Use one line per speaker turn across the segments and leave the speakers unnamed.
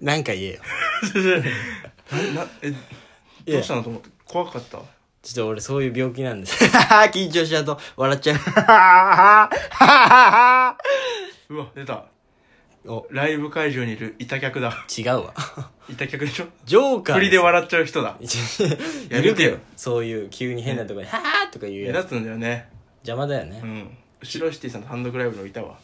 なんか言えよ。
なえどうしたのと思って怖かった
ちょっと俺そういう病気なんです。 緊張しちゃうと笑っちゃ
うわ出た
う。お、
ライブ会場にいるいた 客だ
違うわ。
いた客でしょ
ジョーカーす。
振りで笑っちゃう人 だ
い
やめ
る
て
け
よ
ど、そういう急に変なとこに、はーとか言う
目
や
立
つ。
つんだよね
邪魔だよね
う。ん後ろシティさんと単独ライブのいたわ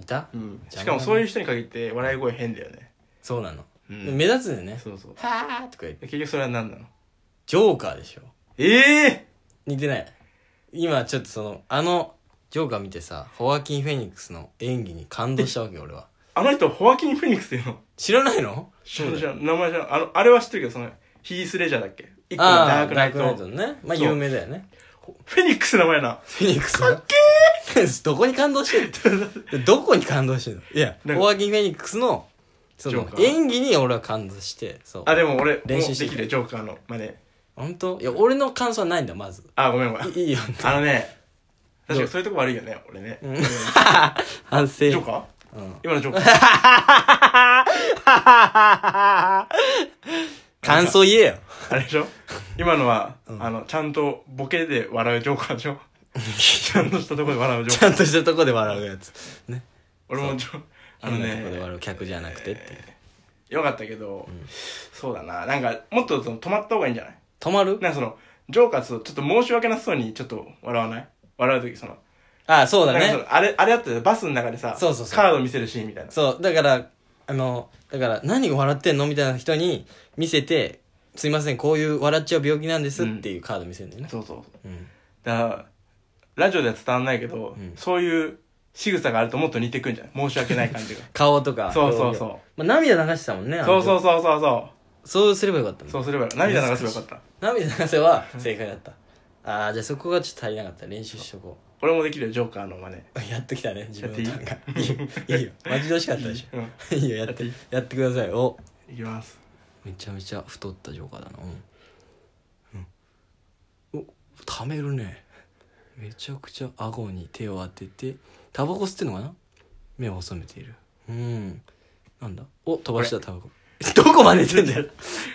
いた
しかもそういう人に限って笑い声変だよね
そうなの。
うん
目立つんだよね。
そうそう
はーとか言って。
結局それは何なの
ジョーカーでしょ。
ええ
似てない。今ちょっとその、あの、ジョーカー見てさ、ホワキン・フェニックスの演技に感動したわけよ、俺は。
あの人ホワキン・フェニックスっていうの
知らないの
知らん知らん名前じゃんあのあれは知ってるけどそのヒース・レジャーだっけ一個の
あ
ダー
あ
ク
ー、
ナ
ダー
イ
クナイ
ト
トのね。まあ
そう
有名だよね。
フェニックスの名前な
フェニックスかっけーどこに感動してんの どこに感動してんのいや、
なんか
ホワキン・フェニックスの、そ
ジョ
の
ーカ、ー
演技に俺は感動して、そう。
あでも俺
練習
もう
して
で
き
き
た
るジョーカーの真似
本当いや、俺の感想はないんだよ、まず。
あごめんごめん
いいいよ。
あのね確かにそういうとこ悪いよね俺ねうん
反省。
ジョーカー、今のジョーカー
感想言えよ。
あれでしょ今のは、あの、ちゃんとボケで笑うジョーカーでしょちゃんとしたところで笑うジョー
ち
カー。
ゃんとしたとこで笑うやつ。ね。
俺もジョー、あの
変なとこで
ね、
笑う客じゃなくてっていう。
よかったけど、そうだな。なんか、もっとその止まった方がいいんじゃない
止まる
なんかその、ジョーカーとちょっと申し訳なさそうにちょっと笑わない笑うときその、
ああ、そうだ
なんかそ
ね。
のあれ、あれあったよバスの中でさ、
そうそうそう
カード見せるシーンみたいな。
そう、だから、あの、だから、何が笑ってんのみたいな人に見せて、すいません、こういう笑っちゃう病気なんですっていうカード見せるんだよね。
そうそう。
うん。
だから、ラジオでは伝わんないけど、そういう仕草があるともっと似てくんじゃない申し訳ない感じ が。
顔とか。
そうそうそう
う。まあ、涙流してたもんね。あ
そ
の
うそうそうそうそ
そうすればよかった
う。
ね
そうすれば、涙流せばよかった。
涙流せは正解だった。ああ、じゃあそこがちょっと足りなかった。練習しとこ
俺もできるよジョーカーの真似
う。 やっときたね、自分の
や
タ
っていい
ーンが。いいよいいよ。待ち遠しかったでしょ。
う ん
いいよ、やって、やってください。お
いきます
めちゃめちゃ太ったジョーカーだな。うん。うん、お、ためるね。めちゃくちゃ顎に手を当てて、タバコ吸ってんのかな目を細めている。うん。なんだお、飛ばしたタバコ。 どこ真似てんだよ。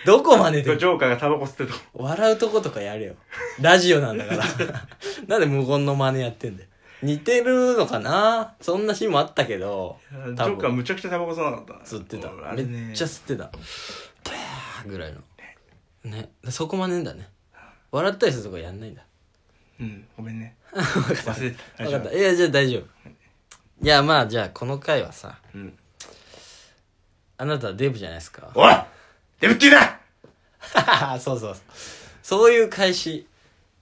どこ真似
ジ
てん
ョ
だよ。
ーカーがタバコ吸ってるとこ
笑うとことかやれよ。ラジオなんだから。 なんで無言の真似やってんだよ。似てるのかなそんなシーンもあったけど
ジ。ョ
多
ーカー
分
むちゃくちゃタバコ吸わなかったな
吸ってた。
俺あ
め
れね
っちゃ吸ってた。ブワーぐらいの。ね。そこ真似んだね。笑ったりするとこやんないんだ。
うんごめ んね忘れてた
わかった。
大丈
いや、じゃあ大丈夫。いや、まあじゃあこの回はさ、
夫うん
あなたはデブじゃないですか。
おいデブって言う な
そうそうそう。そういう返し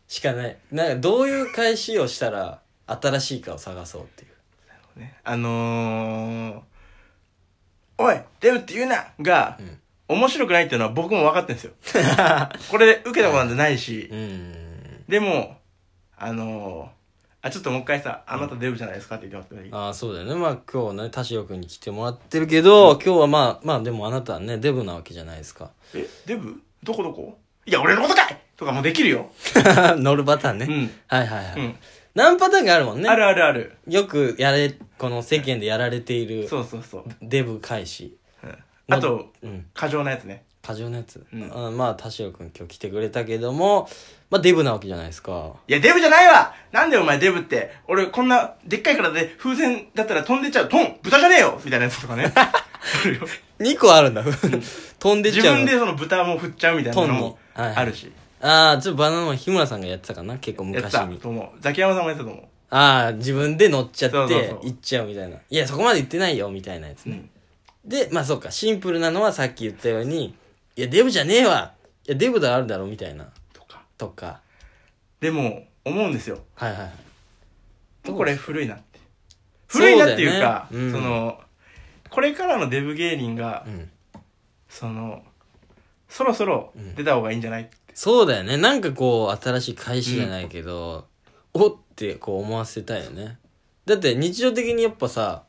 しかない。なんかどういう返しをしたら新しいかを探そうっていう。
ねあのー「おいデブって言うな!」が面白くないっていうのは僕も分かってるんで すよこれ受けたことなんてないし
うーん。
でもあのーあちょっともう一回さ「あなたデブじゃないですか」って言ってもらってもいい
ああ、そうだよね。まあ今日ね、田代くんに来てもらってるけど、今日はまあ、まあでもあなたはね、デブなわけじゃないですか。
えデブどこどこいや俺のことかいとかもできるよ
乗るパターンね。
うん
はいはいはい。
うん
何パターンがあるもんね。
あるあるある
よくやれ、この世間でやられている
そうそうそう
デブ返し。
あと、
うん。
過剰なやつね。
過剰なやつ。
うん
あまあ田代くん今日来てくれたけども、まあデブなわけじゃないですか。
いや、デブじゃないわなんでお前デブって。俺、こんな、でっかい体で、風船だったら飛んでっちゃう。トン豚じゃねえよみたいなやつとかね。 あるよ
2個あるんだ。 飛んでっ
自
ちゃうの。
分でその豚も振っちゃうみたいなのも
トンにはい
あるし。
ああ、ちょっとバナナマン日村さんがやってたかな結構
やって
昔
た
に。
と思う。ザキヤマさんもやってたと思
ああ、自分で乗っちゃって
そうそうそう
行っちゃうみたいな。いや、そこまで行ってないよみたいなやつ
う。う
ね。
ん。
で、まあそうか、シンプルなのはさっき言ったように、いや、デブじゃねえわいや、デブだあるだろみたいな。
とか。
とか。
でも、思うんですよ。
はいはいはい。
もうこれ古いなって。
そうだ
古い
よね
なっていうか、そ,、
うん
の、これからのデブ芸人が、
うん。
その、そろそろ出た方がいいんじゃない、
そうだよね。なんかこう、新しい返しじゃないけど、おってこう思わせたいよねだって日常的にやっぱさ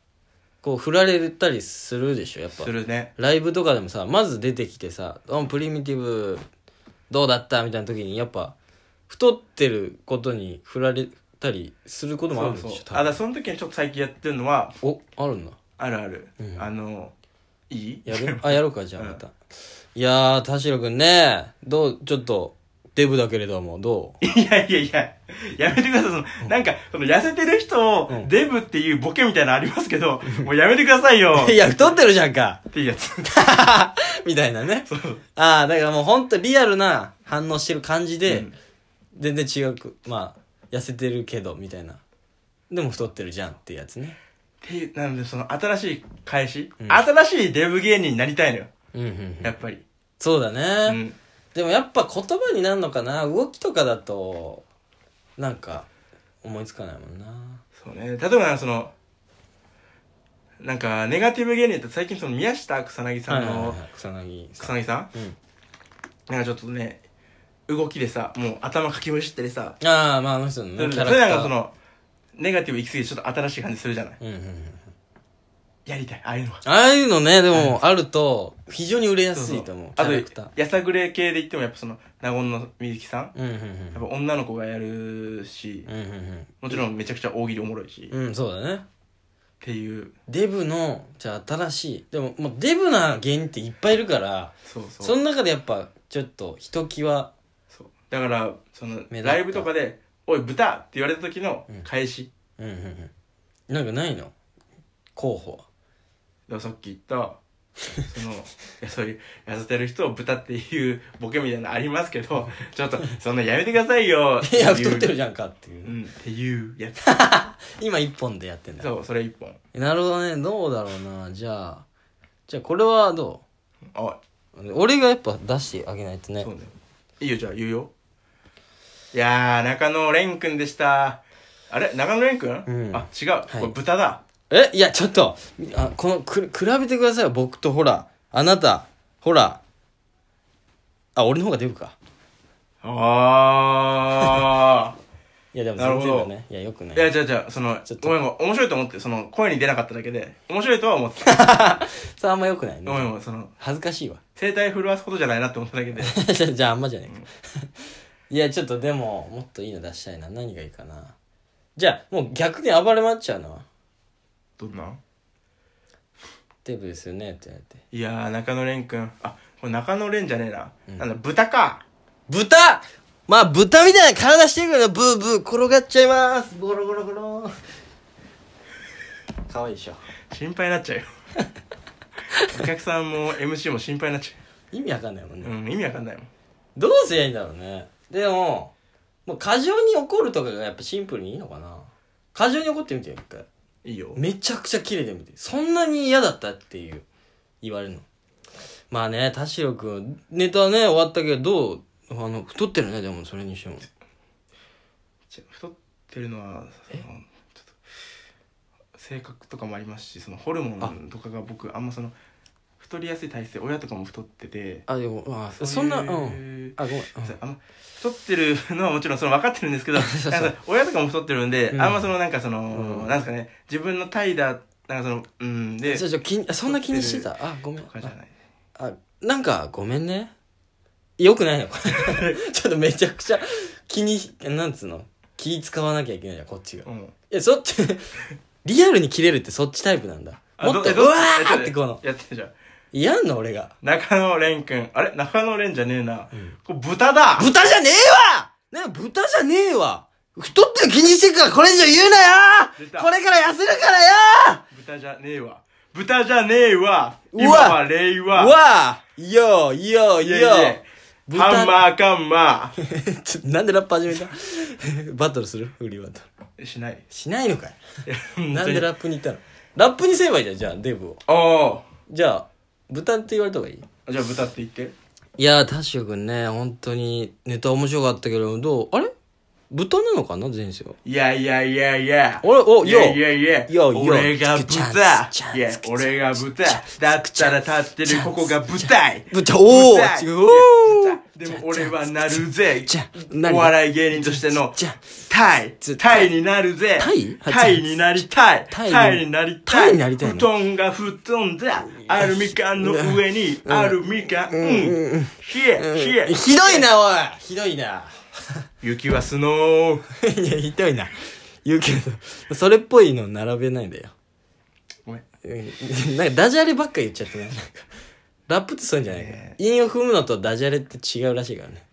こう振られたりするでしょやっぱ
するね
ライブとかでもさまず出てきてさ「うんプリミティブどうだった?」みたいな時にやっぱ太ってることに振られたりすることもあ
そ
る
う
でしょ
そう
多
あだから
分
その時にちょっと最近やってるのは
おあるんだ
あるある、
うん
あのいい
やるあやろうかじゃあ
うん
また、いやー田代くんねどうちょっとデブだけれどもどう
いやいやいや、やめてください。その、なんか、その、痩せてる人を
うん、。
デブっていうボケみたいなのありますけど、もうやめてくださいよ
いや太ってるじゃんか
っていうやつ。
みたいなね
そう。
ああだからもうほんとリアルな反応してる感じで、
うん
全然違うくまあ痩せてるけどみたいなでも太ってるじゃんってやつね
っていう、なので、その、新しい返し、
うん
新しいデブ芸人になりたいのよ。
うんうんうん
やっぱり。
そうだ
う
ね、
ん。
でもやっぱ言葉になるのかな動きとかだとなんか思いつかないもんな
そうね。例えばなんかその、なんか、ネガティブ芸人って最近その、宮下草薙さん
はいはい
の
はい、草�ぎさ
草
ん
薙さ
うん
んなんかちょっとね、動きでさ、もう頭かきむしったりさ、
ああまああの人のね
それ
キ
そ
ャラ
れ
クタ
な
ー
んかその、ネガティブ行き過ぎてちょっと新しい感じするじゃない。
うんうんうん
やりたい、ああいうのは。
ああいうのねでもあると非常に売れやすいと思う
あ
キ
と
ャラクター、
やさぐれ系で言ってもやっぱその、納言のみゆきさん、
うんうん
やっぱ女の子がやるし、
うんうんうん
もちろんめちゃくちゃ大喜利おもろいし、っ
うんうんそうだね
ていう、
デブのじゃあ新しいでももうデブな芸人っていっぱいいるから
そうそう。
その中でやっぱちょっとひときわ
そうだから、その、
目立った
ライブとかで、おい、豚って言われた時の返し。
うんうんうんなんかないの候補は
だからさっき言った、その、いやそういう、痩せてる人を豚っていう ボケみたいなのありますけど、ちょっと、そんなやめてくださいよ
いや太ってる
じ
じゃんかっていう、
ゃん。うん、っていうやつ。
今一本でやってんだ
そう、それ一本。
なるほどねどうだろうなじゃあじゃあこれはど
おい。
う俺がやっぱ出してあげないとね
そうね。いいよ、じゃあ言うよ。いやー、中野蓮くんでした。あれ中野蓮くん、
うん
あ、違う。これ豚だ。
えいやちょっとあこのく比べてくださいよ僕とほらあなたほらあ俺の方がデブか
あ
いやでも
な
全
るほ
然
ど
だねいやよくない
ー。いや、じゃあじゃあ、その
ちょっ、と
ごめんごめん、面白いと思って、その、声に出なかっただけで、面白いとは思ってた。
それあんまよくない
ごめん
ね
ごめん、その、
恥ずかしいわ
声帯震わすことじゃないなって思っただけで。
じゃあじゃああんまじゃねえか いやちょっとでももっといいの出したいな何がいいかなじゃあもう逆に暴れまっちゃうのは
どんな
デブですよねって言われて
いやー、中野蓮くん。あ、これ中野蓮じゃねえな。
うん
なんだ、豚か。
豚まあ豚みたいな体してるからブーブー転がっちゃいますゴロゴロゴロかわいいでしょ
心配になっちゃうよ。 お客さんも MC も心配になっち
意味わかんないもん
ゃ
ね、
う。うん、意味わかんないもん。
どうすりゃいいんだろうねでももう過剰に怒るとかがやっぱシンプルにいいのかな過剰に怒ってみてよ一回
いいよ。
めちゃくちゃキレてみてそんなに嫌だったっていう言われるのまあね田代君ネタね終わったけどどうあの太ってるねでもそれにしても
ちょ太ってるのはそのちょっと性格とかもありますしそのホルモンとかが僕あんまその太りやすい体質親とかも太ってて
あでもまあそ
うん
なう
い
ん
う
あごめん、うん
そうあんま太ってるのはもちろんその分かってるんですけ ど
そうそう
なんか親とかも太ってるんで、
うん
あんまそのなんかその、
うん
なんですかね自分の怠惰なんかそのうんで
じゃじゃ気にそんな気にしてたあごめん
とかじゃない
あなんかごめんねよくないのこ れちょっとめちゃくちゃ気になんつうの気使わなきゃいけないじゃんこっちがい
うん
やそっちリアルに切れるってそっちタイプなんだ
あ
もっと
どえ
う
ど
わ
えちょ
ーってこの
やってじゃん
やんの俺が
中野蓮くんあれ中野蓮じゃねえな、
ん
これ豚だ
豚じゃねえわね豚じゃねえわ太ってる気にしてるからこれ以上言うな
出
よ
た
これから痩せるからよ
豚じゃねえわ豚じゃねえわ
うわ
今は令
う
和
わーよーよー
いえい
よー
えハンマーカンマ
ちょなんでラップ始めた バトルするフリーバトル。
ーしない
しないのかい
いや 本当に
なんでラップに行ったのラップにすればいいじゃん、じゃあ、デブを。
お
じゃあ、豚って言われた方がいい
ーじゃあ豚って言って
いやー、田代くんね、本当にネタ面白かったけど、どうあれ豚なのかな前世は。
いやいやいやいや
俺お
いや
よ
いやいや
よよ
俺が
つくちゃん
豚
つくちゃん
いや
つくちゃん
俺が豚
つくちゃん
だったら立ってるここが舞台
豚、お
舞台
ー違うおー
豚でも俺はなるぜ
じゃあ何
お笑い芸人としての
じゃあ
タイ
ず
タイになるぜ
タイ
タイになりたい
タイ
タイになりたい
タイになりたいの
布団が布団だアルミ缶の上にアルミ缶うん冷え冷え
ひどいなおいひどいな
雪はスノー
いやひどいな言うけどそれっぽいの並べないんだよ
ごめん
うんなんかダジャレばっか言っちゃってねなんかラップってそういうんじゃないから、
ね
韻を踏むのとダジャレって違うらしいからね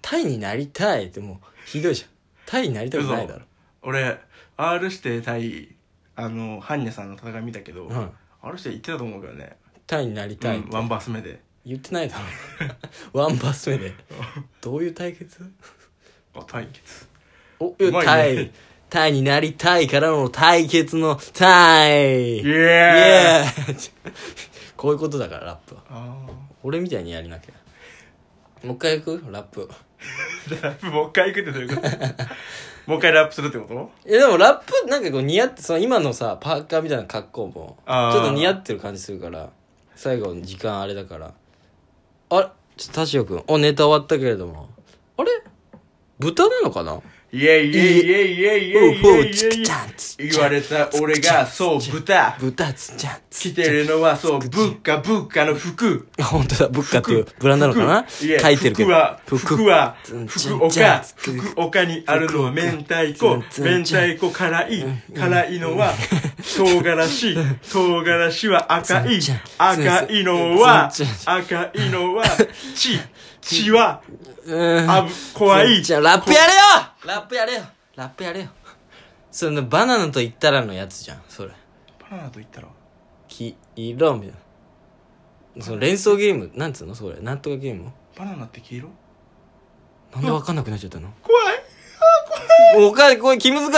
タイになりたいってもうひどいじゃんタイになりたくないだろ
俺 R してタイあのハンニャさんの戦い見たけど、
うん
R して言ってたと思うけどね、
タイになり
う
たいっ
ん、
て
ワンバース目で
言ってないだ ろワンバス目でどういう対決
あ対決
おいや
うまいね
タイタイになりたいからの対決のタイ
イ
イ
エーイ
エーイ こういうことだからラップは
あ
俺みたいにやりなきゃもう一回行くラップ
ーラップ もう一回行くってどう いうこともう一回ラップするってこと
いやでもラップなんかこう似合ってその今のさパーカーみたいな格好もち
あー
ょっと似合ってる感じするから最後時間あれだからあれちょっと田代君おネタ終わったけれどもあれ豚なのかな
イエイイエイイエイイエイイエイイエイイ
ほうほう
エイ
チキチャンチキチャン
言われた俺がそう豚
豚つちゃんつ
着てるのはそうブッカブッカの服
あ本当だブッカっていうブランドなのかな
服いえ
書いてるけど
服は
服
服は
つんち
福
んちゃん
岡
つ
福岡にあるのは明太
つ
子
んつん
明太子辛い辛いのは唐辛子唐辛子は赤
つ
い
んちゃん
赤いのは
つんち
赤いのは血血は
うーん
あぶ怖い
じゃあラップやれよラップやれよラップやれよそのバナナと言ったらのやつじゃんそれ
バナナと言ったら
黄色みたいなその連想ゲームなんつうのそれなんとかゲーム
バナナって黄色
なんでわかんなくなっちゃったの
怖い
おかこれ気難しい